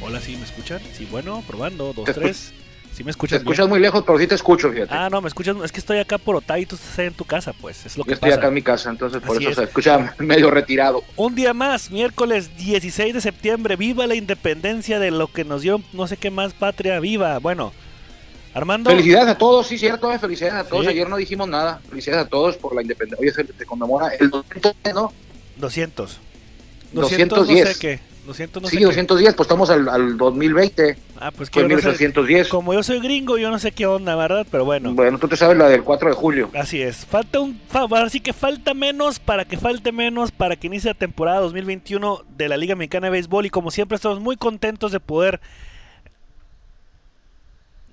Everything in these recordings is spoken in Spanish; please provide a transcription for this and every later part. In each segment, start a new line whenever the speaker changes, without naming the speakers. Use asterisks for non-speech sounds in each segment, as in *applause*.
Hola, ¿sí me escuchan? Sí, bueno, probando, dos, tres. ¿Sí me
Te
escuchas bien?
escuchas muy lejos, pero sí te escucho, fíjate.
Ah, no, me escuchas. Es que estoy acá por Otay y tú estás allá en tu casa, pues. Es lo
Yo
que
estoy
pasa.
acá en mi casa, entonces por
Así
eso
es.
se escucha *laughs* medio retirado.
Un día más, miércoles 16 de septiembre. Viva la independencia de lo que nos dio no sé qué más patria viva. Bueno, Armando.
Felicidades a todos, sí, cierto, eh, felicidades a todos.
Sí.
Ayer no dijimos nada. Felicidades a todos por la independencia. Hoy es el que te conmemora el 200, ¿no?
200.
210.
no sé qué. 200 no
sí,
sé qué.
210, pues estamos al, al 2020,
Ah, pues que
fue
yo no sé-
1810.
Como yo soy gringo, yo no sé qué onda, ¿verdad? Pero bueno.
Bueno, tú te sabes la del 4 de julio.
Así es, falta un, fa- ahora sí que falta menos para que falte menos para que inicie la temporada 2021 de la Liga Mexicana de Béisbol y como siempre estamos muy contentos de poder,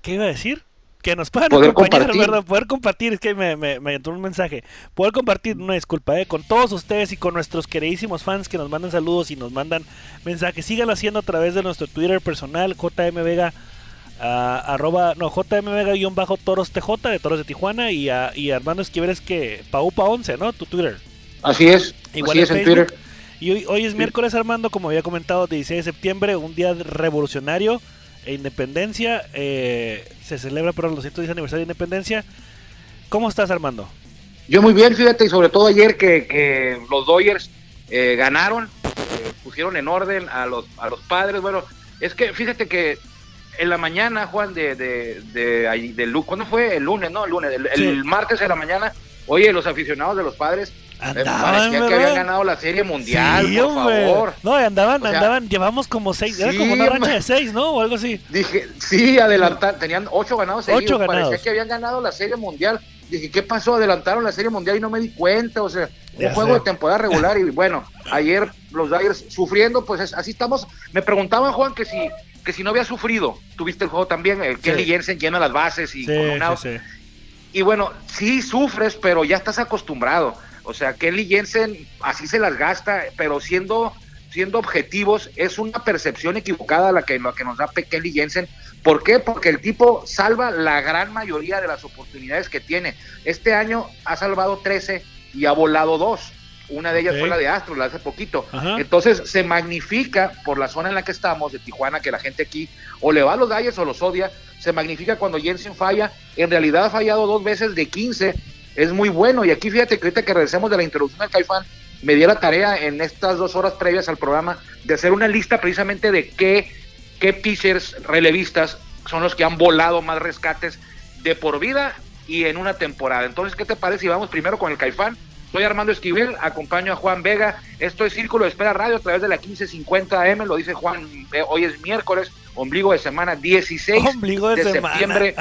¿qué iba a decir? Que nos puedan
Poder
acompañar,
compartir.
¿verdad? Poder compartir, es que me, me, me entró un mensaje, poder compartir, una disculpa, ¿eh? con todos ustedes y con nuestros queridísimos fans que nos mandan saludos y nos mandan mensajes, síganlo haciendo a través de nuestro Twitter personal, JM Vega a- arroba, no, jmvega-toros tj de Toros de Tijuana y, a, y Armando Esquivel es que paupa11, ¿no? Tu Twitter.
Así es,
Ah, Igual
así
en
es en
Facebook.
Twitter.
Y hoy, hoy es
Sí.
miércoles, Armando, como había comentado, 16 de septiembre, un día revolucionario e independencia. eh, se celebra por los 110 aniversario de independencia. ¿Cómo estás, Armando?
Yo muy bien, fíjate, y sobre todo ayer que, que los Dodgers eh, ganaron, eh, pusieron en orden a los, a los padres. Bueno, es que fíjate que en la mañana, Juan, de, de, de, ahí- del lu- ¿cuándo fue? El lunes, ¿no? El lunes, el, el
Sí.
martes de la mañana. Oye, los aficionados de los padres eh,
Andaban,
parecía que
¿verdad?
habían ganado la Serie Mundial,
Sí,
por
hombre.
favor.
No, y andaban,
O sea,
andaban, llevamos como seis, era
sí,
como una rancha
hombre.
de seis, ¿no? O algo así.
Dije, sí, adelantar, tenían ocho ganados seguidos,
Ocho ganados.
parecía que habían ganado la Serie Mundial. Dije, ¿qué pasó? Adelantaron la Serie Mundial y no me di cuenta, o sea, un
Ya
juego
sé.
de temporada regular y bueno, ayer los Dyers sufriendo, pues es- así estamos. Me preguntaban, Juan, que si que si no había sufrido, tuviste el juego también, el Kelly Jensen llena las bases y
Sí,
con un out.
sí, sí.
Y bueno, sí sufres, pero ya estás acostumbrado. O sea, Kelly Jensen así se las gasta, pero siendo, siendo objetivos, es una percepción equivocada la que, la que nos da Pe- Kelly Jensen. ¿Por qué? Porque el tipo salva la gran mayoría de las oportunidades que tiene. Este año ha salvado 13 y ha volado dos. Una de ellas
Ok.
fue la de Astro, la de hace poquito.
Ajá.
Entonces se magnifica por la zona en la que estamos, de Tijuana, que la gente aquí o le va a los Dyers o los odia. Se magnifica cuando Jensen falla. En realidad ha fallado dos veces de 15. Es muy bueno. Y aquí fíjate que ahorita que regresemos de la introducción al Caifán, me di a la tarea en estas dos horas previas al programa de hacer una lista precisamente de qué, qué pitchers relevistas son los que han volado más rescates de por vida y en una temporada. Entonces, ¿qué te parece si vamos primero con el Caifán? Soy Armando Esquivel, acompaño a Juan Vega. Esto es Círculo de Espera Radio a través de la 1550 AM, lo dice Juan, eh, hoy es miércoles, ombligo de semana 16
Ombligo de,
de
semana.
septiembre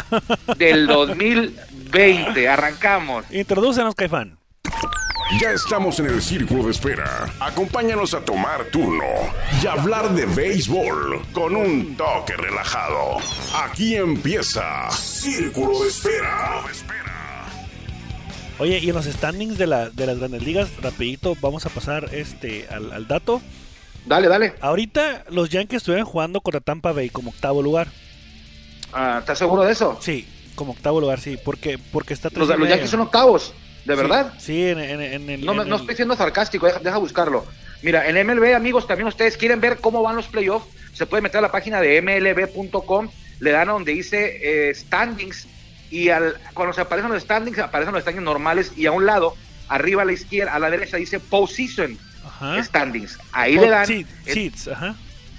del 2020. Arrancamos.
Introdúcenos, Caifán.
Ya estamos en el círculo de espera. Acompáñanos a tomar turno y hablar de béisbol con un toque relajado. Aquí empieza Círculo de Espera.
Oye, y en los standings de, la, de las grandes ligas, rapidito, vamos a pasar este al, al dato.
Dale, dale.
Ahorita los Yankees estuvieron jugando contra Tampa Bay como octavo lugar.
Ah, ¿Estás seguro de eso?
Sí, como octavo lugar, sí, porque, porque está
Los,
tres y
los
medio.
Yankees son octavos, ¿de
Sí,
verdad?
Sí, en, en- en el...
No, me-
en
no
el-
estoy siendo sarcástico, deja, deja buscarlo. Mira, en MLB, amigos, también ustedes quieren ver cómo van los playoffs, se puede meter a la página de mlb.com, le dan a donde dice eh, standings y al, cuando se aparecen los standings, aparecen los standings normales y a un lado, arriba a la izquierda, a la derecha dice postseason
Ajá.
standings. Ahí
Oh,
le dan
Sí,
eh,
seeds, ajá.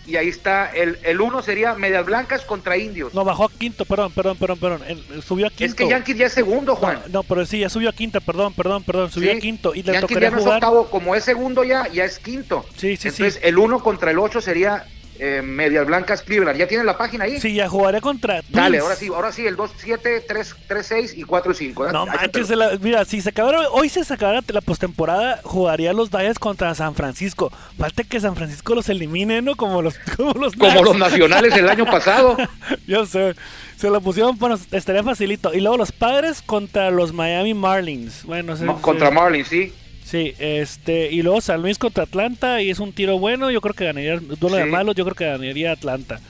y ahí está, el, el uno sería medias blancas contra indios.
No, bajó a quinto, perdón, perdón, perdón, perdón. el- subió a quinto.
es que Yankees ya es segundo, Juan.
No, pero sí, ya subió a quinta, perdón, perdón, perdón, subió
Sí,
a quinto y le
Yankees
tocaría
ya no es
jugar...
octavo, como es segundo ya, ya es quinto.
Sí, sí, sí.
Entonces, el 1 contra el 8 sería eh, Medias Blancas Cleveland. ¿Ya tienen la página ahí?
Sí, ya jugaré contra...
Dale,
Twins.
ahora sí, ahora sí, el 2, 7, 3, 3, 6 y 4, 5.
No manches, se la- mira, si se acabara, hoy se sacara la postemporada, jugaría los Dyers contra San Francisco. Falta que San Francisco los elimine, ¿no? Como los, *laughs* como los
Como
Nats.
los nacionales el
*laughs*
año pasado.
Yo sé. Se la pusieron, bueno, estaría facilito. Y luego los padres contra los Miami Marlins. Bueno, se-
No,
se-
contra Marlins, sí.
Sí, este, y luego San Luis contra Atlanta y es un tiro bueno, yo creo que ganaría duelo de
Sí.
malos, yo creo que ganaría Atlanta.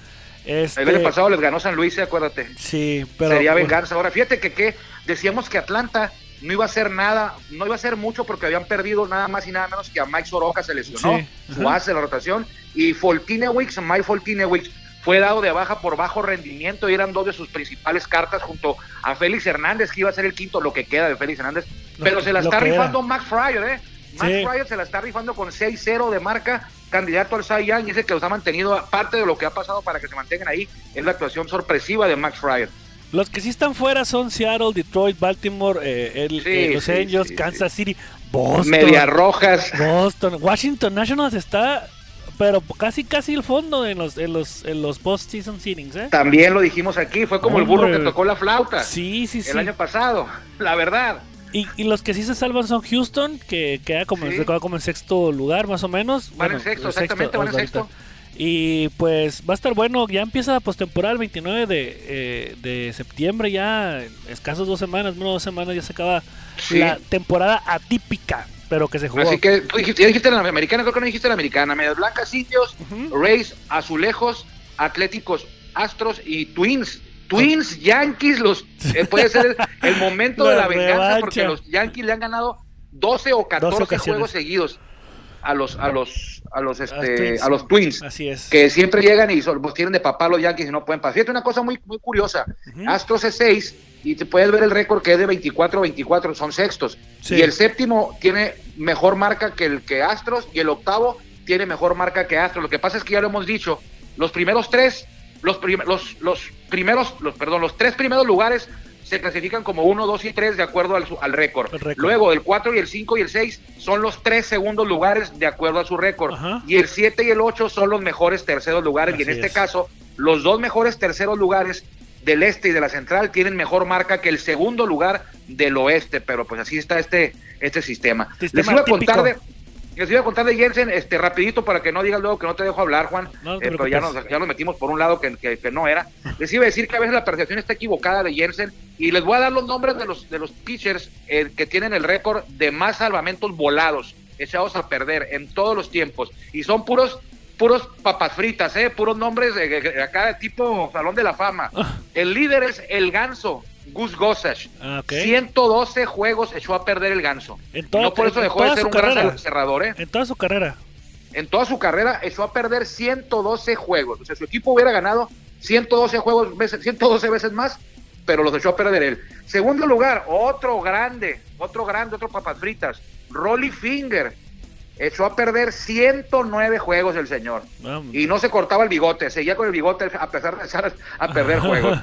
Este,
El año pasado les ganó San Luis, sí, acuérdate.
Sí, pero pues,
Sería
bueno,
venganza. Ahora, fíjate que, que decíamos que Atlanta no iba a hacer nada, no iba a hacer mucho porque habían perdido nada más y nada menos que a Mike Soroka se lesionó,
Sí,
su
ajá.
hace la rotación, y Foltine Wicks, Mike Foltine Wicks. fue dado de baja por bajo rendimiento y eran dos de sus principales cartas junto a Félix Hernández, que iba a ser el quinto, lo que queda de Félix Hernández.
Lo
Pero
que-
se la
lo
está
que era.
rifando Max Fryer, ¿eh? Max
Sí.
Fryer se la está rifando con 6-0 de marca, candidato al Cy Young, y ese que los ha mantenido, aparte de lo que ha pasado para que se mantengan ahí, es la actuación sorpresiva de Max Fryer.
Los que sí están fuera son Seattle, Detroit, Baltimore, eh, el-
Sí,
eh, Los
sí,
Angels,
sí,
Kansas City, Boston.
Medias rojas.
Boston, Washington Nationals está, pero casi casi el fondo en los en los en los postseason seedings, ¿eh?
También lo dijimos aquí, fue como el burro
Hombre.
que tocó la flauta
Sí, sí, sí.
el año pasado, *laughs* la verdad.
Y, y los que sí se salvan son Houston, que queda como,
Sí.
se queda como en sexto lugar, más o menos.
Van en sexto, exactamente, van en
hasta ahorita.
sexto.
Y pues va a estar bueno, ya empieza la postemporada el 29 de, eh, de septiembre, ya en escasos dos semanas, menos dos semanas ya se acaba
Sí.
la temporada atípica, pero que se jugó.
Así que tú dijiste, ya dijiste la americana, creo que no dijiste la americana. Medias blancas, indios,
Ujú.
Rays, azulejos, atléticos, astros y twins. Twins,
*laughs*
yankees, los, eh, puede ser el, el momento de
Pues, La
la venganza porque
revancha.
los yankees le han ganado 12 o 14
ocasiones.
juegos seguidos a los a los a los este
Twins.
a los twins
Así es.
que siempre llegan y son- pues, tienen de papá los Yankees y no pueden pasar. Fíjate una cosa muy, muy curiosa.
Ujú.
Astros es 6 y te puedes ver el récord que es de 24-24, son sextos.
Sí.
Y el séptimo tiene mejor marca que el que Astros y el octavo tiene mejor marca que Astros. Lo que pasa es que ya lo hemos dicho, los primeros tres, los, prim- los, los primeros, los, perdón, los tres primeros lugares se clasifican como 1, 2 y 3 de acuerdo al, su- al récord.
El récord.
Luego el 4 y el 5 y el 6 son los tres segundos lugares de acuerdo a su récord.
Ajá.
Y el 7 y el 8 son los mejores terceros lugares. y en
Así
este
es.
caso, los dos mejores terceros lugares del este y de la central tienen mejor marca que el segundo lugar del oeste. Pero pues así está este, este sistema.
Sistema
les iba a contar de.
típico.
Les iba a contar de Jensen, este, rapidito para que no digas luego que no te dejo hablar, Juan.
No, no te
Eh, pero ya
preocupes.
nos, ya nos metimos por un lado que, que- que no era. Les iba a decir que a veces la percepción está equivocada de Jensen y les voy a dar los nombres de los, de los pitchers eh, que tienen el récord de más salvamentos volados, echados a perder en todos los tiempos. Y son puros puros papas fritas, ¿eh? puros nombres de, de- de acá tipo Salón de la Fama.
Ah.
El líder es el ganso, Gus Gossage.
Ah, ok.
112 juegos echó a perder el ganso.
En toda-
no por eso
en
dejó de
toda
ser
su
un gran
carrera.
cerrador, ¿eh?
En toda su carrera.
en toda su carrera echó a perder 112 juegos. O sea, su equipo hubiera ganado 112 juegos, veces- 112 veces más, pero los echó a perder él. Segundo lugar, otro grande, otro grande, otro papas fritas, Rolly Finger. Echó a perder 109 juegos el señor.
Vamos.
Y no se cortaba el bigote, seguía con el bigote a pesar de echar a
*laughs*
perder juegos.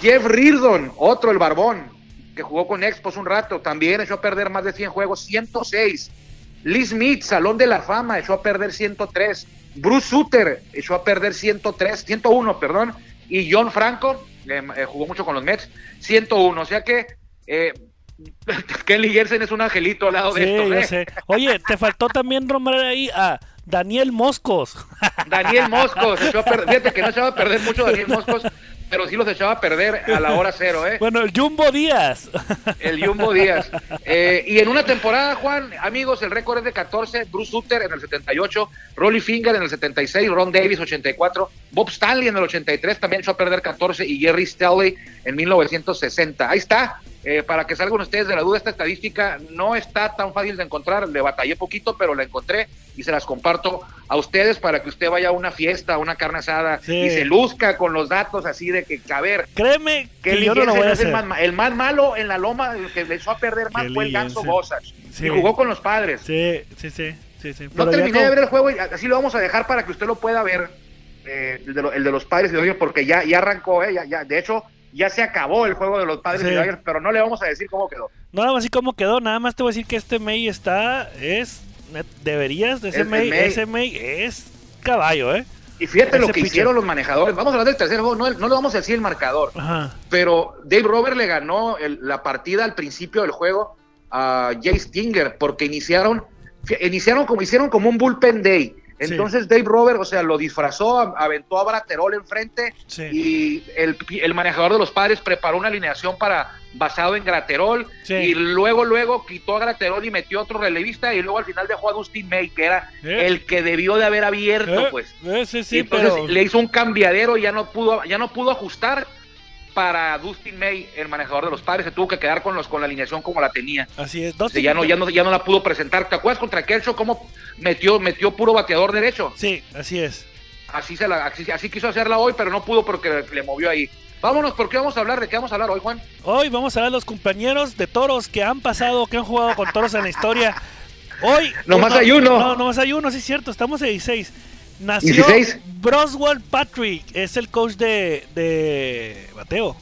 Jeff Riordan, otro, el barbón, que jugó con Expos un rato, también echó a perder más de 100 juegos, 106. Lee Smith, Salón de la Fama, echó a perder 103. Bruce Sutter echó a perder 103, 101, perdón. Y John Franco, eh, eh, jugó mucho con los Mets, 101. O sea que eh, *laughs* Kenley Jensen es un angelito al lado
Sí,
de esto.
yo
¿eh?
sé. Oye, te faltó también nombrar ahí a Daniel
*laughs*
Moscos. *laughs*
Daniel Moscos, echó a perder. Fíjate que no echaba a perder mucho Daniel Moscos, pero sí los echaba a perder a la hora cero, ¿eh?
bueno, el Jumbo Díaz.
el Jumbo Díaz. Eh, y en una temporada, Juan, amigos, el récord es de 14, Bruce Sutter en el 78, Rolly Finger en el 76, Ron Davis 84, Bob Stanley en el 83 también echó a perder 14 y Jerry Stanley en 1960. Ahí está. Eh, para que salgan ustedes de la duda, esta estadística no está tan fácil de encontrar. Le batallé poquito, pero la encontré y se las comparto a ustedes para que usted vaya a una fiesta, a una carne asada
Sí.
y se luzca con los datos así de que, a ver,
Créeme que
Kelly
yo no lo
Jensen
voy a
es el
hacer.
más, ma- el más malo en la loma, el que le echó a perder más
Kelly
fue el ganso
Jensen.
Gozas.
Sí.
Y jugó con los padres.
Sí, sí, sí. sí, sí.
no
Pero ya
terminé de
como-
ver el juego y así lo vamos a dejar para que usted lo pueda ver, eh, el, de lo- el de los padres y Dodgers, porque ya, ya arrancó, eh, ya, ya, de hecho, ya se acabó el juego de los padres
Sí.
y Dodgers, pero no le vamos a decir cómo quedó.
No, nada más así como quedó. Nada más te voy a decir que este May está. Es. net- Deberías. de Ese
Es- el
May,
May.
ese May es caballo, ¿eh?
Y fíjate
Ese
lo que
pitcher.
hicieron los manejadores. Vamos a hablar del tercer juego, no, el- no le vamos a decir el marcador.
Ajá.
pero Dave Robert le ganó el- la partida al principio del juego a Jay Stinger porque iniciaron fi- iniciaron como hicieron como un bullpen day. Entonces Dave Robert, o sea, lo disfrazó, a- aventó a Braterol enfrente
Sí.
y el, pi- el manejador de los padres preparó una alineación para basado en Graterol
Sí.
y luego luego quitó a Graterol y metió a otro relevista y luego al final dejó a Dustin May que era
Eh.
el que debió de haber abierto
Eh,
pues
eh, sí, sí,
y entonces
pero.
le hizo un cambiadero y ya no pudo, ya no pudo ajustar para Dustin May, el manejador de los padres, se tuvo que quedar con los con la alineación como la tenía.
Así es.
O
Dustin-
sea, Este, ya no, ya no, ya no la pudo presentar. ¿Te acuerdas contra Kershaw cómo metió, metió puro bateador derecho?
Sí, así es.
Así, se la, así, así quiso hacerla hoy, pero no pudo porque le, le movió ahí. Vámonos, porque vamos a hablar? ¿De qué vamos a hablar hoy, Juan?
Hoy vamos a ver los compañeros de toros que han pasado, que han jugado con toros en la historia. Hoy.
Nomás
no,
hay uno.
No, nomás hay uno, sí es cierto, estamos en 16. Nació
16.
Broswell Patrick, es el coach de, de bateo.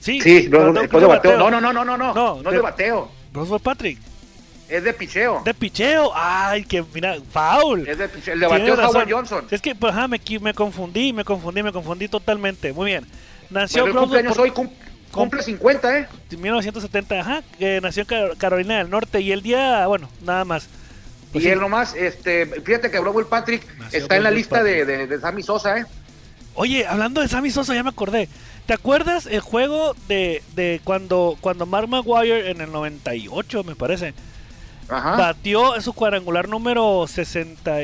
Sí,
Sí, no,
bateo,
después de bateo. No, no, no, no, no, no.
No,
No, es
de-
de bateo.
Broswell Patrick,
Es de picheo.
de picheo. Ay, que mira, foul.
Es de picheo. El de
Tiene
bateo es
razón.
Howard Johnson.
Es que pues, ajá, me, equi- me confundí, me confundí, me confundí totalmente. Muy bien. Nació
Bueno, el
Broswell
cumpleaños hoy cum- cumple 50, ¿eh?
1970, ajá, que nació en Car- Carolina del Norte y el día, bueno, nada más. Pues
y
sí.
él nomás, este, fíjate que Browell Patrick
Nació
está en la
Browell
lista
Patrick.
de, de, de Sammy Sosa, ¿eh?
Oye, hablando de Sammy Sosa, ya me acordé. ¿Te acuerdas el juego de, de cuando, cuando Mark Maguire en el 98, me parece,
Ajá.
batió su cuadrangular número 60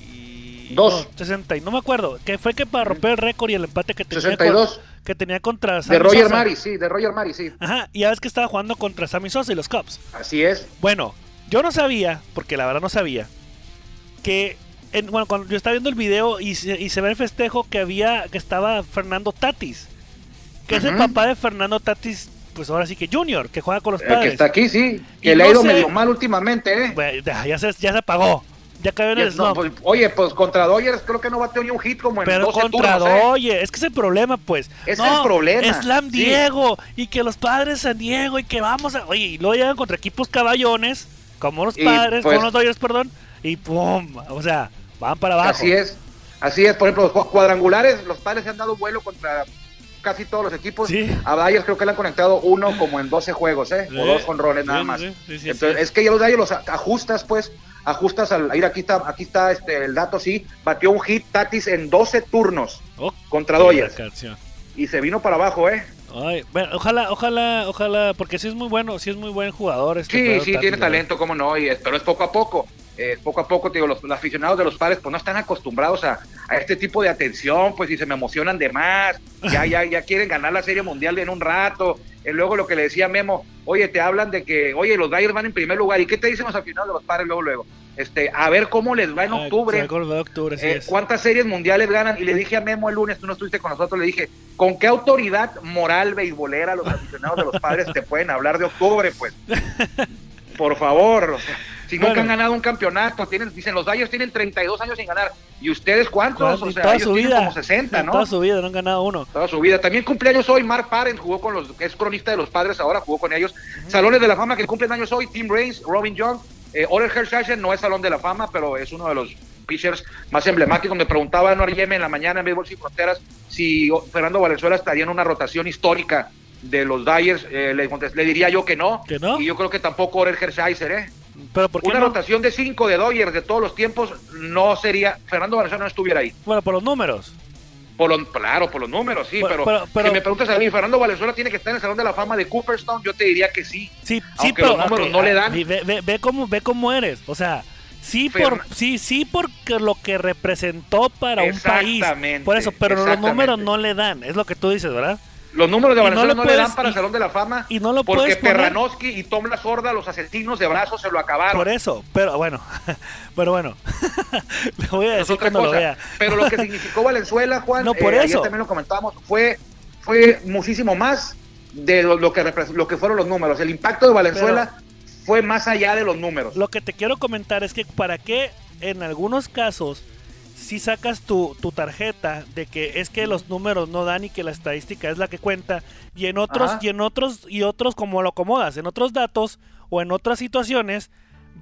y...
Dos.
No, 60 y no me acuerdo. Que fue que para romper el récord y el empate que tenía, con-
62.
que tenía contra
de
Sammy
Roger
Sosa.
Maris, sí, de Roger Maris, sí.
Ajá, y ya ves que estaba jugando contra Sammy Sosa y los Cubs.
Así es.
Bueno, yo no sabía, porque la verdad no sabía, que en- bueno, cuando yo estaba viendo el video y se, y se ve el festejo que había, que estaba Fernando Tatis, que es el
Ujú.
papá de Fernando Tatis, pues ahora sí que Junior, que juega con los
El que
padres.
está aquí, sí.
Y
Que le
no
ha ido
sé-
medio mal últimamente, ¿eh?
Bueno, ya, ya se, ya se apagó, ya cayó en
Y
el
es- no,
slump.
pues, oye, pues contra Dodgers creo que no bateó ni un hit como en
Pero
12
contra
turnos, ¿eh?
Doye, es que es el problema, pues.
Es el problema,
Slam
sí.
Diego, y que los padres San Diego, y que vamos a. Oye, y luego llegan contra equipos caballones, como los
Y,
padres,
pues-
como los Dodgers, perdón, y pum, o sea, van para abajo.
Así es, así es. Por ejemplo, los cu- cuadrangulares, los padres se han dado vuelo contra casi todos los equipos.
Sí.
A Dodgers creo que le han conectado uno como en 12 juegos, ¿eh? O
Sí,
dos jonrones nada
sí,
más.
sí, sí, sí,
Entonces,
sí.
es que ya los Dodgers los a- ajustas, pues, ajustas al... Mira, aquí está, aquí está este, el dato, sí. Batió un hit Tatis en 12 turnos
Oh,
contra
qué
Dodgers.
canción.
Y se vino para abajo, ¿eh?
Ay, bueno, ojalá, ojalá, ojalá, porque sí es muy bueno, sí es muy buen jugador. Este
Sí,
Fernando
sí,
Tatis,
tiene
la verdad.
talento, cómo no, y, es- pero es poco a poco. Eh, poco a poco, te digo, los, los aficionados de los padres pues no están acostumbrados a, a este tipo de atención, pues y se me emocionan de más, ya, ya, ya quieren ganar la Serie Mundial en un rato, y luego lo que le decía Memo, oye, te hablan de que, oye, los Dyers van en primer lugar, ¿y qué te dicen los aficionados de los padres luego, luego? Este, a ver cómo les va en
Ay,
octubre,
se acordó de octubre, sí
eh,
es.
cuántas series mundiales ganan, y le dije a Memo el lunes, tú no estuviste con nosotros, le dije, ¿con qué autoridad moral beisbolera los aficionados de los padres te pueden hablar de octubre, pues?
*laughs*
Por favor, o sea, si nunca
Bueno.
han ganado un campeonato, tienen, dicen los Dodgers tienen 32 años sin ganar, ¿y ustedes cuántos?
Cuánto,
O
y
sea,
toda
ellos
su
tienen
vida.
como 60, ¿no?
Toda su vida no han ganado uno.
Toda su vida. También cumpleaños hoy, Mark Parent jugó con los, es cronista de los padres ahora, jugó con ellos. Salones de la fama que cumplen años hoy, Tim Raines, Robin Young, eh, Oren Hershagen no es salón de la fama, pero es uno de los pitchers más emblemáticos. Me preguntaba Anuar Yeme en la mañana en Béisbol Sin Fronteras si o- Fernando Valenzuela estaría en una rotación histórica de los Dyers. Eh, le, contest- le diría yo que no.
¿Que no?
Y yo creo que tampoco Oren Hershagen, ¿eh?
Pero ¿por qué
Una
no?
rotación de cinco de Dodgers de todos los tiempos no sería, Fernando Valenzuela no estuviera ahí.
Bueno, por los números.
Por los- claro, por los números, sí,
Pero-
pero,
pero- pero-
si me preguntas a mí, Fernando Valenzuela tiene que estar en el Salón de la Fama de Cooperstown, yo te diría que sí.
Sí, sí,
Aunque
pero
los números
ok,
no le
ah,
dan.
Ve, ve- ve cómo, ve cómo eres. O sea, sí
Fern-
por, sí, sí porque lo que representó para un país.
Exactamente,
Por eso, pero los
exactamente.
números no le dan. Es lo que tú dices, ¿verdad?
Los números de
Y no
Valenzuela
lo
no, le
puedes-
dan para
y-
el Salón de la Fama
y no lo
porque
puedes poner.
Perranowski y Tom La Sorda, los asesinos de brazos, se lo
Por
acabaron.
eso, pero bueno, *laughs* pero bueno, *laughs* le voy a
Es
decir
otra
cuando lo
cosa.
vea. *laughs*
Pero lo que significó Valenzuela, Juan, eh,
No, por
ayer
eso.
también lo comentábamos, fue, fue muchísimo más de lo, lo que, repres- lo que fueron los números. El impacto de Valenzuela fue más allá de los números.
Lo que te quiero comentar es que para qué en algunos casos si sacas tu, tu tarjeta de que es que los números no dan y que la estadística es la que cuenta y en otros
Ajá.
y en otros y otros como lo acomodas en otros datos o en otras situaciones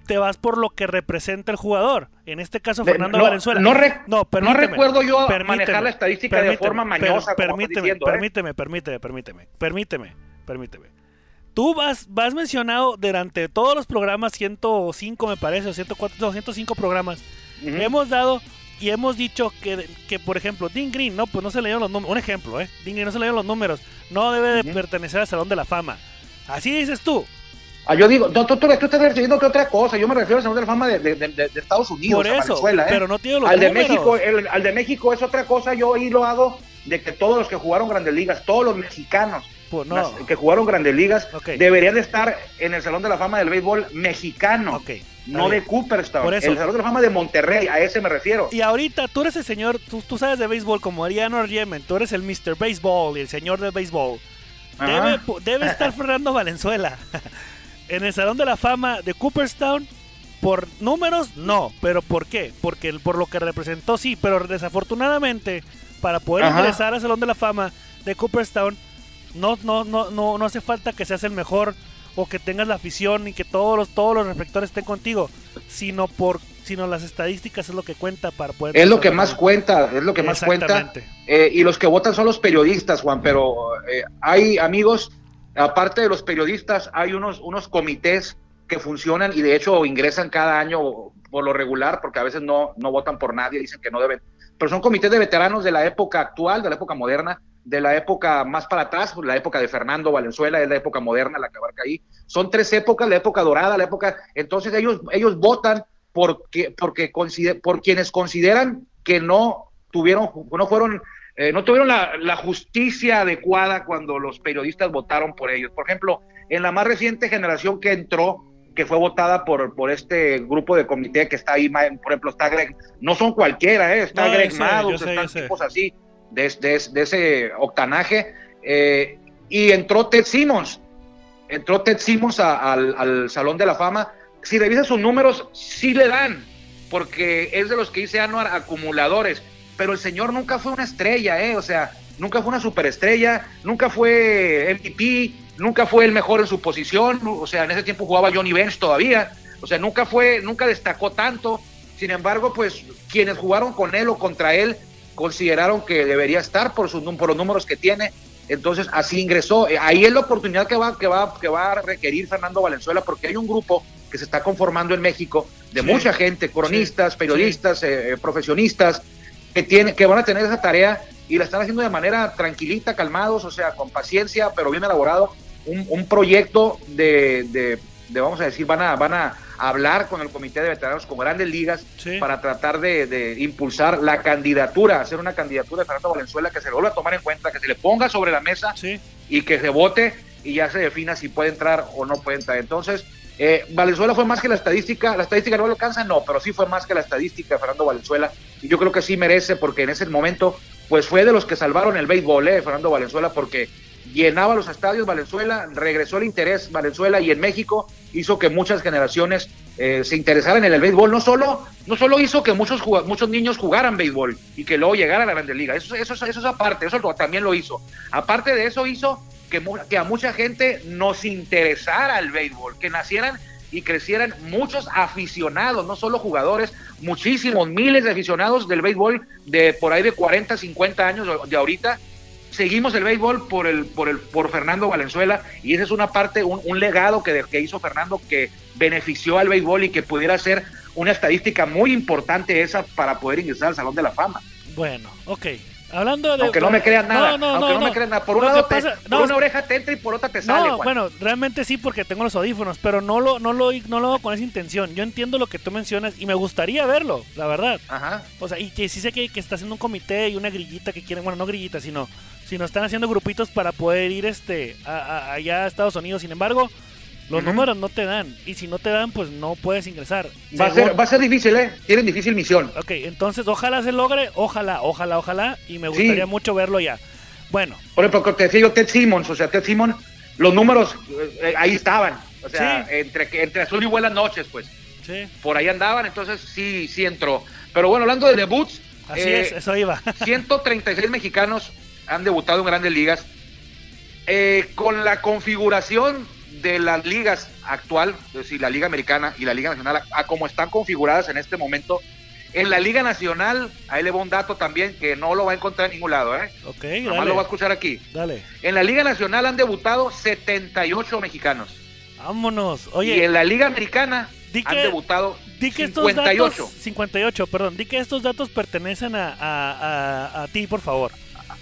te vas por lo que representa el jugador en este caso
De-
Fernando
no,
Valenzuela
no re- no
permíteme,
recuerdo yo
permíteme,
manejar la estadística de
permíteme,
forma
per-
mañosa, como estás
permíteme,
diciendo, ¿eh?
permíteme, permíteme permíteme permíteme permíteme Tú vas, vas mencionado durante todos los programas, 105 me parece, o 104, no, 105 programas.
Ujú.
Hemos dado y hemos dicho que, que, por ejemplo, Dean Green, no, pues no se le dieron los números. Un ejemplo, ¿eh? Dean Green no se le dieron los números. No debe de
Ujú.
pertenecer al Salón de la Fama. Así dices tú.
Ah, yo digo, no, tú, tú, tú estás refiriendo a otra cosa. Yo me refiero al Salón de la Fama de, de- de- de Estados Unidos.
por
a
eso.
Venezuela, ¿eh?
Pero no tiene los
al de
números.
México, eh, el, al de México es otra cosa. Yo ahí lo hago de que todos los que jugaron Grandes Ligas, todos los mexicanos,
equipo, Pues no.
las- que jugaron grandes ligas,
Ok.
deberían de estar en el Salón de la Fama del Béisbol mexicano,
Ok, está
no
bien.
de Cooperstown.
Por eso.
El Salón de la Fama de Monterrey, a ese me refiero.
Y ahorita tú eres el señor, tú, tú sabes de béisbol como Ariano Yemen, tú eres el Mr. Baseball y el señor del béisbol.
Ajá.
Debe, pu- debe estar Fernando Valenzuela *laughs* en el Salón de la Fama de Cooperstown. Por números, no. ¿Pero por qué? Porque el- por lo que representó, sí. Pero desafortunadamente, para poder
Ajá.
ingresar al Salón de la Fama de Cooperstown, no, no, no, no, no hace falta que seas el mejor o que tengas la afición y que todos los, todos los reflectores estén contigo, sino por sino las estadísticas es lo que cuenta para poder...
Es lo que más cuenta, es lo que más cuenta.
Exactamente.
Eh, y los que votan son los periodistas, Juan, pero eh, hay amigos, aparte de los periodistas, hay unos, unos comités que funcionan y de hecho ingresan cada año por lo regular, porque a veces no, no votan por nadie, dicen que no deben. Pero son comités de veteranos de la época actual, de la época moderna, de la época más para atrás, pues, la época de Fernando Valenzuela, es la época moderna la que abarca ahí. Son tres épocas, la época dorada, la época... Entonces ellos, ellos votan porque, porque consider- por quienes consideran que no tuvieron, no fueron, eh, no tuvieron la, la justicia adecuada cuando los periodistas votaron por ellos. Por ejemplo, en la más reciente generación que entró, que fue votada por, por este grupo de comité que está ahí, ma- por ejemplo, está Greg, no son cualquiera, ¿eh? está
No, yo
Greg
sé,
Maddux,
yo sé,
están
yo sé.
tipos así, de, es- de es- de ese octanaje, eh, y entró Ted Simmons, entró Ted Simmons a- al, al Salón de la Fama. Si revisas sus números, sí le dan, porque es de los que dice Anuar acumuladores. Pero el señor nunca fue una estrella, ¿eh? O sea, nunca fue una superestrella, nunca fue MVP, nunca fue el mejor en su posición. O sea, en ese tiempo jugaba Johnny Bench todavía. O sea, nunca fue, nunca destacó tanto. Sin embargo, pues quienes jugaron con él o contra él consideraron que debería estar por, sus, nú- por los números que tiene. Entonces así ingresó. Eh, Ahí es la oportunidad que va, que va, que va a requerir Fernando Valenzuela, porque hay un grupo que se está conformando en México de
Sí.
mucha gente, cronistas, periodistas, eh, eh, profesionistas, que tiene, que van a tener esa tarea y la están haciendo de manera tranquilita, calmados, o sea, con paciencia, pero bien elaborado, un, un proyecto de, de- de, vamos a decir, van a, van a hablar con el comité de veteranos con grandes ligas
Sí.
para tratar de, de impulsar la candidatura, hacer una candidatura de Fernando Valenzuela que se le vuelva a tomar en cuenta, que se le ponga sobre la mesa
Sí.
y que se vote y ya se defina si puede entrar o no puede entrar. Entonces, eh, Valenzuela fue más que la estadística, la estadística no lo alcanza, no, pero sí fue más que la estadística de Fernando Valenzuela y yo creo que sí merece porque en ese momento pues fue de los que salvaron el béisbol, eh, Fernando Valenzuela, porque llenaba los estadios Valenzuela, regresó el interés Valenzuela y en México hizo que muchas generaciones eh, se interesaran en el béisbol, no solo, no solo hizo que muchos, jug- muchos niños jugaran béisbol y que luego llegara a la Grande Liga, eso, eso, eso es aparte, eso lo- también lo hizo. Aparte de eso hizo que, mu- que a mucha gente nos interesara el béisbol, que nacieran y crecieran muchos aficionados, no solo jugadores, muchísimos, miles de aficionados del béisbol de por ahí de 40, 50 años o- de ahorita. Seguimos el béisbol por el por el por Fernando Valenzuela y esa es una parte un, un legado que, de- que hizo Fernando que benefició al béisbol y que pudiera ser una estadística muy importante esa para poder ingresar al Salón de la Fama.
Bueno, ok. Hablando de...
Aunque no me crean nada, aunque no, me crean nada, por, un
Lo
lado
que
te-
pasa-
por
no,
una oreja te entra y por otra te sale.
No,
Juan.
bueno, realmente sí porque tengo los audífonos, pero no lo, no lo, no lo hago con esa intención. Yo entiendo lo que tú mencionas y me gustaría verlo, la verdad.
Ajá.
O sea, y que sí sé que, que está haciendo un comité y una grillita que quieren, bueno, no grillita, sino, sino están haciendo grupitos para poder ir este a- a- allá a Estados Unidos. Sin embargo, los
Ujú.
números no te dan y si no te dan, pues no puedes ingresar.
Va a,
Según-
ser, va a ser difícil, ¿eh? Tienen difícil misión.
Ok, entonces ojalá se logre, ojalá, ojalá, ojalá, y me
Sí.
gustaría mucho verlo ya. Bueno,
Por ejemplo, como te decía yo, Ted Simmons, o sea, Ted Simmons, los números eh, eh, ahí estaban. O sea,
Sí.
entre, que- entre azul y buenas noches, pues.
sí,
Por ahí andaban, entonces sí, sí entró. Pero bueno, hablando de debuts,
así
eh,
es, eso
*laughs*
iba.
136 mexicanos han debutado en grandes ligas. Eh, con la configuración de las ligas actual, es decir, la Liga Americana y la Liga Nacional, a, a como están configuradas en este momento, en la Liga Nacional, ahí le va un dato también que no lo va a encontrar en ningún lado, ¿eh?
Ok,
Nomás lo va a
dale,
escuchar aquí.
dale.
En la Liga Nacional han debutado 78 mexicanos.
Vámonos.
y
Oye,
en la Liga Americana
Di
han
que-
debutado
di que estos
58.
datos... 58, perdón. Di que estos datos pertenecen a, a, a, a ti, por favor.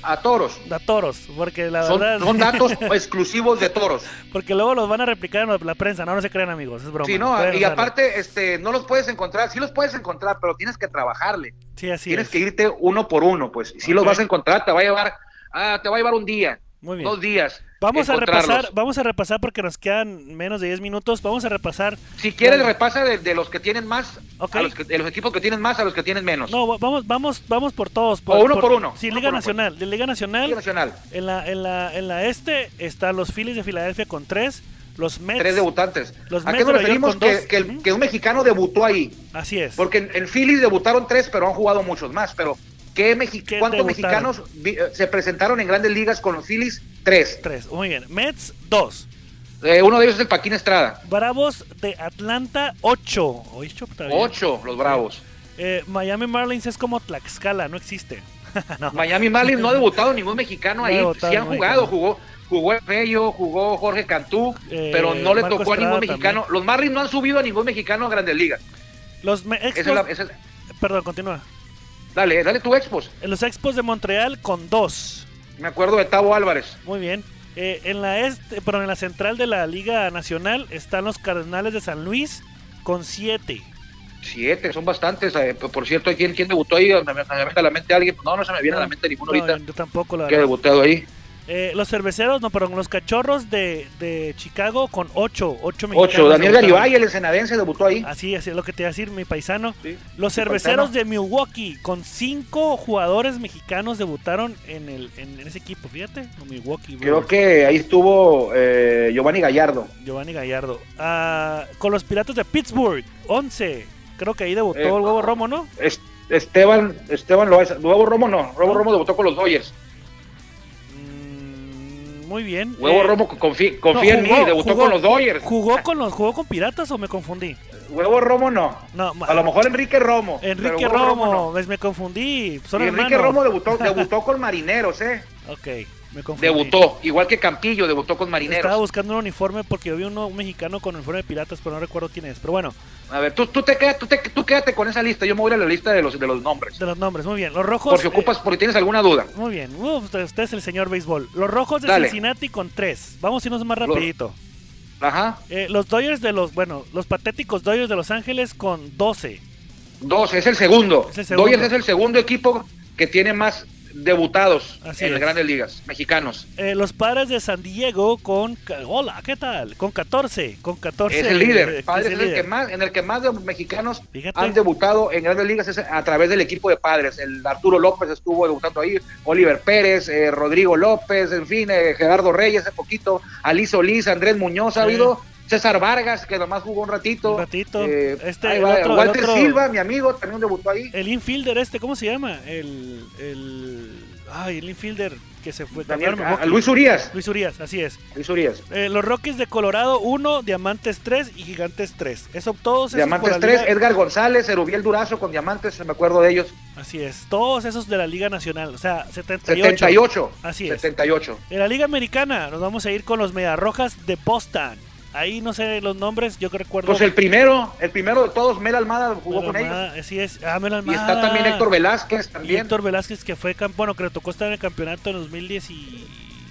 A toros.
A Toros, porque la
Son,
verdad...
son datos exclusivos de toros.
*laughs* Porque luego los van a replicar en la prensa. No, no se crean, amigos. Es broma.
Sí, no,
pueden
y
usarlo.
aparte, este, no los puedes encontrar, sí los puedes encontrar, pero tienes que trabajarle,
Sí, así
tienes
es.
que irte uno por uno, pues, si los
Ok.
vas a encontrar, te va a llevar, ah, te va a llevar un día,
Muy bien.
Dos días.
Vamos a
encontrarlos.
repasar, vamos a repasar porque nos quedan menos de 10 minutos. Vamos a repasar.
Si quieres,
Bueno.
repasa de, de los que tienen más,
Ok.
a los que- de los equipos que tienen más a los que tienen menos.
No, va- vamos, vamos, vamos por todos.
O uno por uno.
Sí,
Uno
Liga
por uno,
Nacional. De Liga
Liga
Nacional.
Nacional.
En la, en la, en la este están los Phillies de Filadelfia con tres. Los Mets.
Tres debutantes.
Los
¿A
Mets
qué
de Nueva York
nos referimos
con
que,
dos?
que el-
Ujú.
que un mexicano debutó ahí?
Así es.
Porque en, en Phillies debutaron tres, pero han jugado muchos más. Pero ¿qué mexi-
¿Qué debutaron?
¿cuántos mexicanos vi- eh, se presentaron en grandes ligas con los Phillies? Tres.
Tres. Muy bien. Mets, dos.
Eh, uno de ellos es el Paquín Estrada.
Bravos de Atlanta, ocho. Ocho, está bien.
Ocho, los Bravos.
Eh, Miami Marlins es como Tlaxcala, no existe. *laughs* no.
Miami Marlins no ha debutado ningún mexicano
No ha
ahí.
debutado
Sí han
ningún
jugado,
mexicano.
jugó jugó el Bello, jugó Jorge Cantú,
Eh,
pero no le
Marco
tocó a ningún
Estrada
mexicano. Los Marlins no han subido a ningún mexicano a Grandes Ligas.
Los me-
Esa es
Expos-
la- esa es-
Perdón, continúa.
dale, dale tu expos.
Los Expos de Montreal con dos.
Me acuerdo de Tavo Álvarez.
Muy bien. Eh, en la este, perdón, en la central de la Liga Nacional están los Cardenales de San Luis con siete.
Siete, son bastantes. eh, por por cierto, ¿quién, quién debutó ahí? Me, me- me viene a la mente alguien. No, no se me viene a la mente ninguno
No,
ahorita
yo tampoco, la
que ha
verdad.
debutado ahí.
Eh, los cerveceros, no, perdón, los cachorros de, de Chicago con ocho. Ocho mexicanos.
Ocho, Daniel
debutaron.
Garibay, el ensenadense, debutó ahí.
Así, así es lo que te iba a decir, mi paisano.
Sí,
Los
mi
cerveceros de
paisano.
Milwaukee, con cinco jugadores mexicanos debutaron en, el, en ese equipo, fíjate, los Milwaukee.
Creo
Brewers.
que ahí estuvo eh, Giovanni Gallardo.
Giovanni Gallardo. Ah, con los Piratas de Pittsburgh, 11. Creo que ahí debutó
Eh,
el huevo Romo, ¿no?
Es- Esteban, Esteban Loaiza. Huevo Romo no, Huevo Romo debutó con los Dodgers.
Mm, muy bien.
Huevo
Eh,
Romo confí- confía
no,
en
jugó-
mí, debutó
jugó-
con los Dodgers.
¿Jugó con los jugó con Piratas o me confundí?
Huevo Romo no.
No,
A lo mejor Enrique Romo. pero
Enrique
Huevo
Romo,
no.
ves, me confundí. Son
Y Enrique
hermanos. *laughs*
Romo debutó, debutó con Marineros, ¿eh?
Ok, me confundí.
Debutó, igual que Campillo, debutó con
Estaba
Marineros.
buscando un uniforme porque yo vi uno, un mexicano con uniforme de piratas, pero no recuerdo quién es. Pero bueno,
A ver, tú, tú, te quedas, tú, te- tú quédate con esa lista, yo me voy a la lista de los, de los nombres.
de los nombres, muy bien. Los rojos.
Por si
eh,
ocupas, por si tienes alguna duda.
muy bien. Uf, usted, usted es el señor béisbol. Los rojos de
Dale.
Cincinnati con tres. Vamos a irnos más
Los-
rapidito.
Ajá.
Eh, los Dodgers de los, bueno, los patéticos Dodgers de Los Ángeles con 12.
Dos, es el segundo.
Es el segundo.
Dodgers es el segundo equipo que tiene más debutados
Así
en
es.
las grandes ligas, mexicanos.
Eh, los padres de San Diego con, ca- hola, ¿qué tal? Con 14, con 14.
es el
eh,
líder. Padres
es el
el
líder.
que más, en el que más de mexicanos
Fíjate.
han debutado en grandes ligas es a través del equipo de padres. El Arturo López estuvo debutando ahí, Oliver Pérez, eh, Rodrigo López, en fin, eh, Gerardo Reyes hace poquito, Ali Solís, Andrés Muñoz ha
Sí.
habido. César Vargas, que nomás jugó un ratito. eh,
Un ratito. Este,
ahí
el
va,
otro- el
Walter
otro-
Silva, mi amigo, también debutó ahí.
El infielder este, ¿cómo se llama? El, el, ay, el infielder que se fue.
También,
cambiaron a
ah,
Milwaukee.
Luis Urias.
Luis Urias, así es.
Luis Urias.
Eh, los Rockies de Colorado 1, Diamantes 3 y Gigantes 3. Eso todos esos
Diamantes
por la
3,
Liga-
Edgar González, Erubiel Durazo con Diamantes, me acuerdo de ellos.
Así es, todos esos de la Liga Nacional, o sea, 78.
78.
Así es.
78.
En la Liga Americana nos vamos a ir con los Mediarrojas de Boston. Ahí no sé los nombres, yo que recuerdo.
Pues el primero, el primero de todos, Mel Almada jugó
Melo
con ellos.
Almada, Así es, ah, Melo
Y está
Almada.
también Héctor Velázquez
Y
también.
Héctor Velázquez que fue campeón, bueno, que le tocó estar en el campeonato en 2010 y...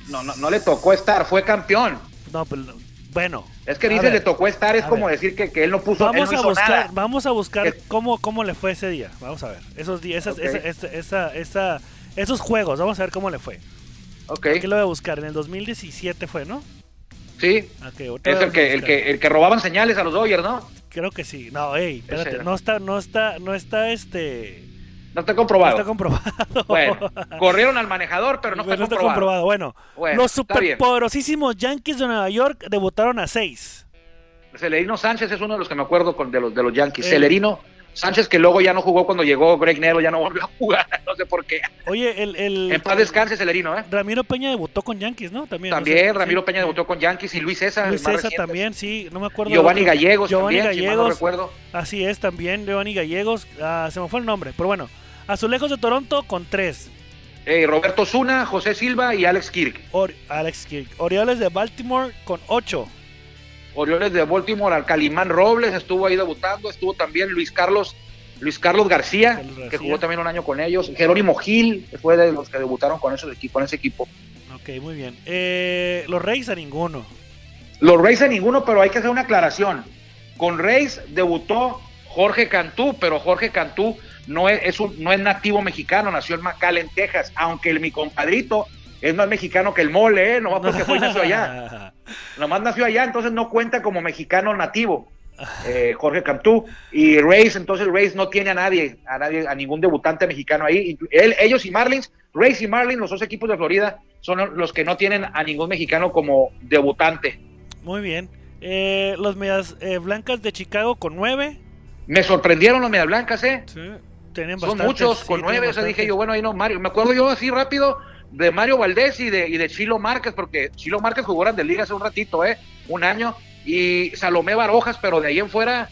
No, no, no le tocó estar, fue campeón.
No, pues, no. bueno.
Es que
a
dice
ver,
le tocó estar, es
a
como
ver.
decir que, que él no puso él
Vamos
no
a
hizo
buscar,
nada.
vamos a buscar
Es-
cómo, cómo le fue ese día. Vamos a ver. Esos días, esas,
Ok.
esa- esa- esa- esa- esos juegos, vamos a ver cómo le fue.
Ok,
Aquí lo voy a buscar. En el 2017 fue, ¿no? Ah,
sí.
Ok, otra
Es
vez
el que, el,
buscar.
que, el que robaban señales a los Dodgers, ¿no?
Creo que sí. No, ey, espérate.
era.
No está, no está, no está este.
No está
No
comprobado.
está comprobado. *laughs*
Bueno, corrieron al manejador, pero no está,
Bueno,
comprobado.
Bueno,
Bueno,
los
está bien.
superpoderosísimos Yankees de Nueva York debutaron a 6.
Celerino Sánchez es uno de los que me acuerdo con, de, los, de los Yankees.
Eh.
Celerino Sánchez, que luego ya no jugó cuando llegó Greg Nero, ya no volvió a jugar, *laughs* no sé por qué.
Oye, el, el-
En paz descanse, Celerino, ¿eh?
Ramiro Peña debutó con Yankees, ¿no? También. no
También
sé,
Ramiro
sí.
Peña debutó con Yankees y Luis César. el
Luis
más
César
reciente.
también, sí, no me acuerdo.
Giovanni
del otro.
Gallegos
Giovanni
también, si mal no
Gallegos.
recuerdo.
Así es, también Giovanni Gallegos. ah, se me fue el nombre, pero bueno. Azulejos de Toronto con 3.
Eh, Roberto Zuna, José Silva y Alex Kirk.
Alex Kirk. Orioles de Baltimore con 8.
Orioles de Baltimore, al Calimán Robles estuvo ahí debutando, estuvo también Luis Carlos, Luis Carlos García,
Carlos García.
que jugó también un año con ellos, Jerónimo Gil fue de los que debutaron con, esos, equi- con ese equipo.
Ok, muy bien. Eh, los Reyes a ninguno.
Los Reyes a ninguno, pero hay que hacer una aclaración. Con Reyes debutó Jorge Cantú, pero Jorge Cantú no es, es un, no es nativo mexicano, nació en McAllen, Texas, aunque el, mi compadrito es más mexicano que el mole, ¿eh? Nomás porque fue nació
*laughs*
allá. Nomás nació allá, entonces no cuenta como mexicano nativo. eh, Jorge Cantú y Reyes, entonces Reyes no tiene a nadie, a nadie, a ningún debutante mexicano ahí. Inclu- él- ellos y Marlins, Reyes y Marlins, los dos equipos de Florida, son los que no tienen a ningún mexicano como debutante.
Muy bien. Eh, los medias eh, blancas de Chicago con 9.
Me sorprendieron los Medias Blancas, ¿eh?
Tienen
Son
bastantes,
muchos,
sí,
con
tienen
nueve, o sea, dije
bastantes.
yo, bueno, ahí no, Mario. Me acuerdo yo así rápido de Mario Valdés y de, y de Chilo Márquez, porque Chilo Márquez jugó de liga hace un ratito, ¿eh? Un año, y Salomé Barojas, pero de ahí en fuera,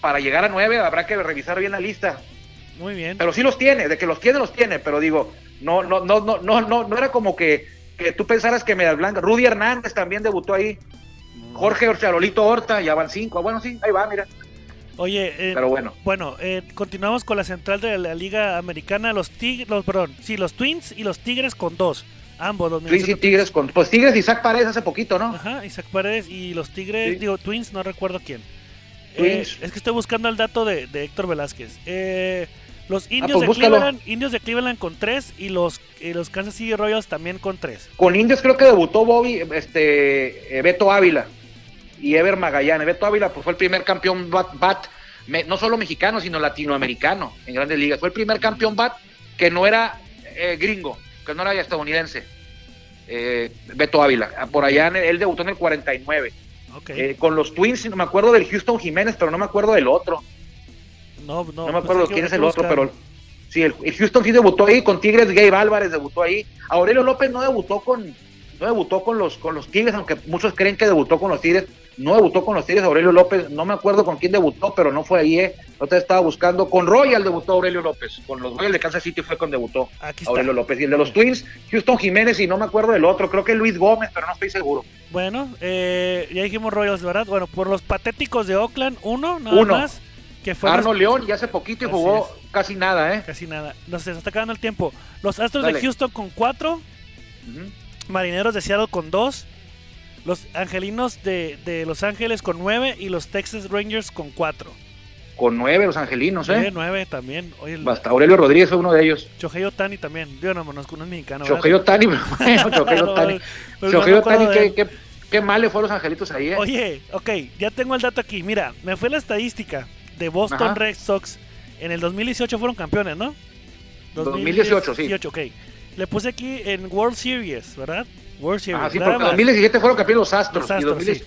para llegar a nueve, habrá que revisar bien la lista.
Muy bien.
Pero sí los tiene, de que los tiene, los tiene, pero digo, no, no, no, no, no, no, no era como que, que tú pensaras que Medias Blancas. Rudy Hernández también debutó ahí. Jorge Orcharolito Horta, ya van cinco. Bueno, sí, ahí va, mira.
Oye, eh,
Pero bueno.
bueno, eh, continuamos con la central de la Liga Americana. Los Tigres, los, perdón, sí, los Twins y los Tigres con 2. Ambos, los
Twins y
Minnesota
Tigres con. Pues Tigres y Isaac Paredes hace poquito, ¿no?
Ajá, Isaac Paredes y los Tigres,
Sí.
digo, Twins, no recuerdo quién.
Twins.
Eh, es que estoy buscando el dato de, de Héctor Velázquez. Eh, los indios,
pues
de
búscalo.
Cleveland, indios de Cleveland con 3 y los, y los Kansas City Royals también con 3.
Con Indios creo que debutó Bobby, este, eh, Beto Ávila y Ever Magallanes. Beto Ávila pues, fue el primer campeón bat, bat, me- no solo mexicano, sino latinoamericano en grandes ligas. Fue el primer campeón bat que no era eh, gringo, que no era estadounidense. Eh, Beto Ávila, por allá en el- él debutó en el 49.
Ok.
Eh, con los Twins, no me acuerdo del Houston Jiménez, pero no me acuerdo del otro.
no, no,
No, me
pues
acuerdo
hay que-
quién
hay
es
que
el otro,
buscar.
pero sí, el, el Houston sí debutó ahí con Tigres, Gabe Álvarez debutó ahí. Aurelio López no debutó con no debutó con los con los Tigres, aunque muchos creen que debutó con los Tigres, no debutó con los Tigres Aurelio López, no me acuerdo con quién debutó, pero no fue ahí, eh. Otra estaba buscando con Royal debutó Aurelio López, con los Royals de Kansas City fue con debutó
Aquí está.
Aurelio López y el de los Twins, Houston Jiménez y no me acuerdo del otro, creo que Luis Gómez, pero no estoy seguro.
Bueno, eh, ya dijimos Royals, ¿verdad? Bueno, por los patéticos de Oakland, uno, nada
Uno.
más. Que fue
Arno León ya hace poquito y
Así
jugó casi nada, eh.
casi nada. Nos se nos está acabando el tiempo. Los Astros de
Dale.
Houston con 4.
Ujú.
Marineros de Seattle con 2, los Angelinos de, de Los Ángeles con 9 y los Texas Rangers con 4.
Con nueve los angelinos, eh.
9 también. Oye, el
Basta, Aurelio Rodríguez fue uno de ellos.
Chohei Otani también. Yo no conozco un mexicano. ¿verdad?
Chojeo
*laughs*
Tani, pero *laughs* bueno, Chojeo
No,
Tani.
pero no
Chojeo
me acuerdo
Tani,
de
qué,
él.
qué, qué mal le fue a los angelitos ahí, ¿eh?
Oye, ok, ya tengo el dato aquí. Mira, me fue la estadística de Boston
Ajá.
Red Sox. En el 2018 fueron campeones, ¿no?
2018, sí.
2018, ok. Le puse aquí en World Series, ¿verdad? World Series.
Ah, sí,
nada
porque
más.
2017 fueron campeones los Astros.
Los Astros,
y 2000
sí.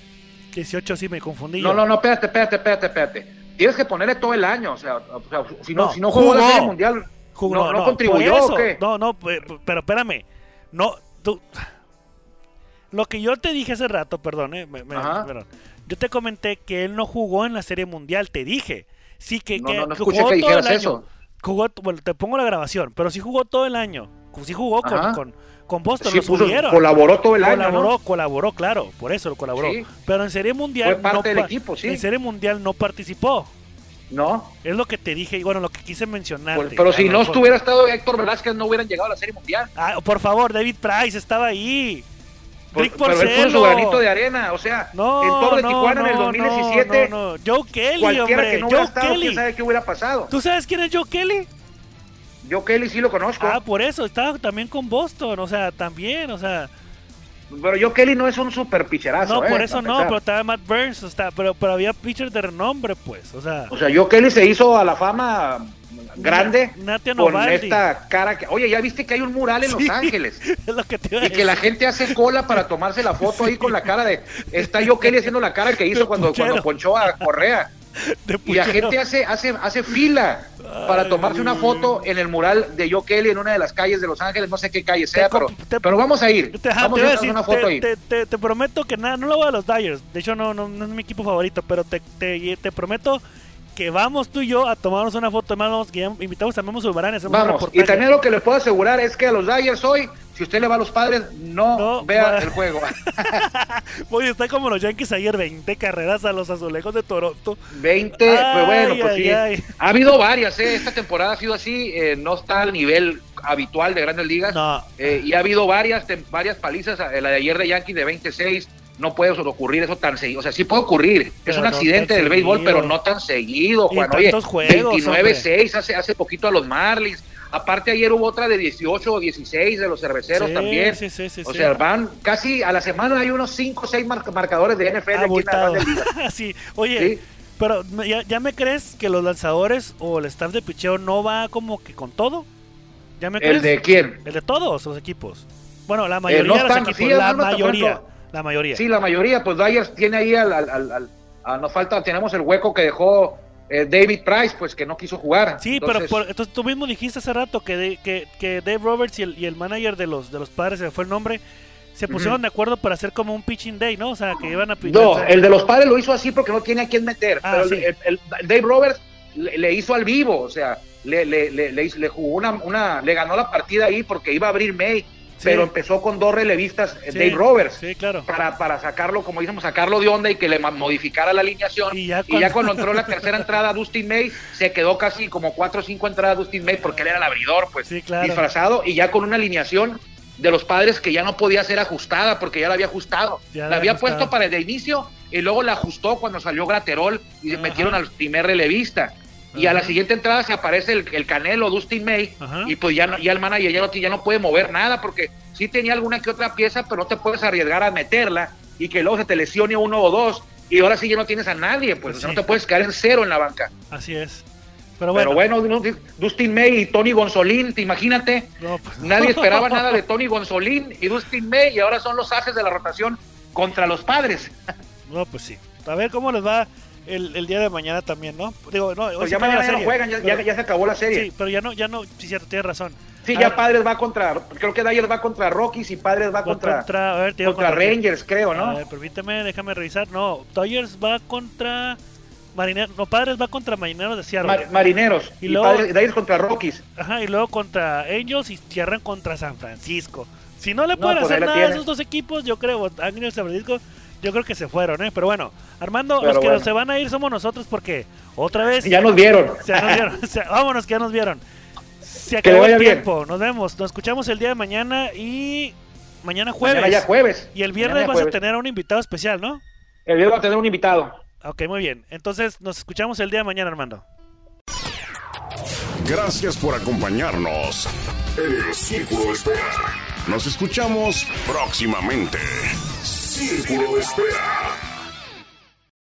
18, sí, me confundí.
No,
yo.
no, no, espérate, espérate, espérate, espérate. Tienes que ponerle todo el año, o sea, o sea, si no,
No,
si no jugó la
jugó.
Serie Mundial,
Jugó-
no, no contribuyó,
por eso.
¿o qué?
No, no, pe- pe- pero espérame. No, tú. Lo que yo te dije hace rato, perdón, eh, me- me-
Ajá.
perdón. Yo te comenté que él no jugó en la Serie Mundial, te dije. Sí, que,
No,
que-
no, no
que
escuché
jugó
que
todo el
dijeras
año.
eso.
Jugó, bueno, te pongo la grabación, pero sí jugó todo el año. Sí jugó con,
Ajá.
con, con Boston,
sí
lo
puso-
subieron.
colaboró todo el año,
colaboró,
¿no?
colaboró, claro, por eso lo colaboró.
Sí.
Pero en Serie Mundial.
Fue parte del
pa-
equipo, sí.
En Serie Mundial no participó.
No,
Es lo que te dije y bueno, lo que quise mencionar.
pues, pero si no hubiera estado Héctor Velázquez, no hubieran llegado a la Serie Mundial.
Ah, por favor, David Price estaba ahí.
Pues,
Rick
pero él puso su
Porcello.
granito de arena, o sea,
No,
en Torre de
no,
Tijuana en el
no,
2017,
no, no. Joe Kelly,
cualquiera
hombre.
que no hubiera
Joe
estado,
Kelly.
quién sabe qué hubiera pasado.
¿Tú sabes quién es Joe Kelly?
Yo Kelly sí lo conozco.
Ah, por eso, estaba también con Boston, o sea, también, o sea,
Pues Pero yo Kelly no es un super picherazo.
no,
¿eh?
por eso
Para
no,
empezar.
pero estaba Matt Burns, o sea, pero, pero había pitchers de renombre, pues, o sea, *laughs*
O sea, yo Kelly se hizo a la fama grande
Nathan
con
Ovaldi.
esta cara que... Oye, ya viste que hay un mural en
Sí.
Los Ángeles
es lo que te iba a
y que la
decir.
gente hace cola para tomarse la foto ahí con la cara de... Está yo Kelly haciendo la cara que hizo cuando,
puchero.
cuando ponchó a Correa.
de
Y la
puchero.
gente hace, hace, hace fila para tomarse una foto en el mural de yo Kelly en una de las calles de Los Ángeles, no sé qué calle sea,
Te
pero,
comp- te-
pero vamos a ir.
Te, ajá,
vamos
te iba a
a ir a hacer
decir,
una foto
te,
ahí.
te- te- te prometo que nada, no lo voy a los Dyers. De hecho, no, no, no es mi equipo favorito, pero te, te, te prometo que vamos tú y yo a tomarnos una foto. Además, vamos, que ya invitamos a Memo Zulbarán y hacemos un
Vamos,
reportaje.
y también lo que les puedo asegurar es que a los Dyers hoy, si usted le va a los padres, no,
No,
vea
va-
el juego. *laughs*
Oye, está como los Yankees ayer, 20 carreras a los azulejos de Toronto. *laughs*
20,
Ay,
pues bueno, pues
ay,
sí.
ay.
Ha habido varias, ¿eh? esta temporada ha sido así, eh, no está al nivel habitual de grandes ligas.
No,
Eh, y ha habido varias, tem- varias palizas, eh, la de ayer de Yankees de 26, no puede ocurrir eso tan seguido. O sea, sí puede ocurrir,
Pero
es un
no
accidente
tan
del béisbol,
seguido.
pero no tan seguido,
Y
Juan.
tantos juegos,
29-6 hace, hace poquito a los Marlins. Aparte ayer hubo otra de 18 o 16 de los cerveceros
Sí,
también.
sí, sí, sí,
o
sí. Ah,
sea, van casi a la semana hay unos 5 o 6 marcadores de
Ah,
NFL aquí en la
Abultado.
Grande
*laughs*
Liga.
sí, oye,
Sí.
pero ¿me- ya, ya me crees que los lanzadores o el staff de picheo no va como que con todo? ¿Ya me crees?
¿El de quién?
El de todos los equipos. Bueno, la mayoría
Eh, no
de los
están-
equipos,
sí,
la
no, no está
mayoría,
tanto.
la mayoría.
Sí, la mayoría, pues Dyers tiene ahí al, al- al- al- a- nos falta, tenemos el hueco que dejó eh, David Price, pues que no quiso jugar.
Sí, pero
Entonces,
por- entonces tú mismo dijiste hace rato que, de- que, que Dave Roberts y el, y el manager de los de los padres, se me fue el nombre, se pusieron
Ujú.
de acuerdo para hacer como un pitching day, ¿no? O sea, que iban a pitchar.
No, el de los padres lo hizo así porque no tiene a quién meter.
Pues, Ah,
pero el-
sí.
el, el Dave Roberts le, le hizo al vivo, o sea, le, le, le, le hizo- le jugó una, una, le ganó la partida ahí porque iba a abrir May, pero empezó con dos relevistas eh,
Sí,
Dave Roberts.
Sí, claro.
Para, para sacarlo, como dijimos, sacarlo de onda y que le ma- modificara la alineación.
Y ya
Y ya
cuando-
cuando entró la tercera entrada Dustin May, se quedó casi como cuatro o cinco entradas Dustin May porque él era el abridor, pues
Sí, claro.
disfrazado y ya con una alineación de los padres que ya no podía ser ajustada porque ya la había ajustado.
Ya
la
la
había
ajustaba.
puesto para el de inicio y luego la ajustó cuando salió Graterol y se
Ajá.
metieron al primer relevista. Y a la siguiente entrada se aparece el, el Canelo, Dustin May,
Ajá.
y pues ya, no, ya el manager ya no, ya no puede mover nada porque sí tenía alguna que otra pieza, pero no te puedes arriesgar a meterla y que luego se te lesione uno o dos y ahora sí ya no tienes a nadie, pues,
Pues
o sea,
sí.
no te puedes quedar en cero en la banca.
Así es. Pero bueno.
Pero bueno, Dustin May y Tony Gonzolín, te imagínate,
no, pues,
Nadie esperaba nada de Tony Gonzolín y Dustin May y ahora son los haces de la rotación contra los padres.
*laughs* no, pues sí. A ver cómo les va el, el día de mañana también, ¿no? Digo, no, hoy
Pues
se
ya
acaba
mañana
la
ya no
serie,
juegan, ya,
pero-
ya- ya se acabó la serie.
Sí, pero ya no, ya no, sí, cierto, tienes razón.
Sí,
A
ya
ver,
Padres va contra, creo que Dyer va contra Rockies y Padres va
va
contra, contra,
a ver, te digo contra quién.
Rangers, creo, ¿no?
A ver, permíteme, déjame revisar. No, Dodgers va contra Marineros, no, Padres va contra Marineros de Seattle.
Mar- marineros
Y
y,
luego-
Padres- Dodgers contra Rockies.
Ajá, y luego contra Angels y cierran contra San Francisco. Si no le
No,
pueden
pues
hacer
ahí la
nada a
tienen.
esos dos equipos, yo creo, Angels y San Francisco, yo creo que se fueron, ¿eh? Pero bueno, Armando,
Pero
los que
bueno.
se van a ir somos nosotros porque otra vez
Ya nos vieron.
se nos vieron. *laughs* Se- vámonos, que ya nos vieron. Se
Que
acabó
vaya
el
bien.
tiempo. Nos vemos. Nos escuchamos el día de mañana y mañana jueves.
Mañana ya jueves.
Y el
Mañana
viernes vas
jueves.
a tener a un invitado especial, ¿no?
El viernes va a tener un invitado.
Ok, muy bien. Entonces nos escuchamos el día de mañana, Armando.
Gracias por acompañarnos en el Círculo de Espera. Nos escuchamos próximamente. Círculo de Espera.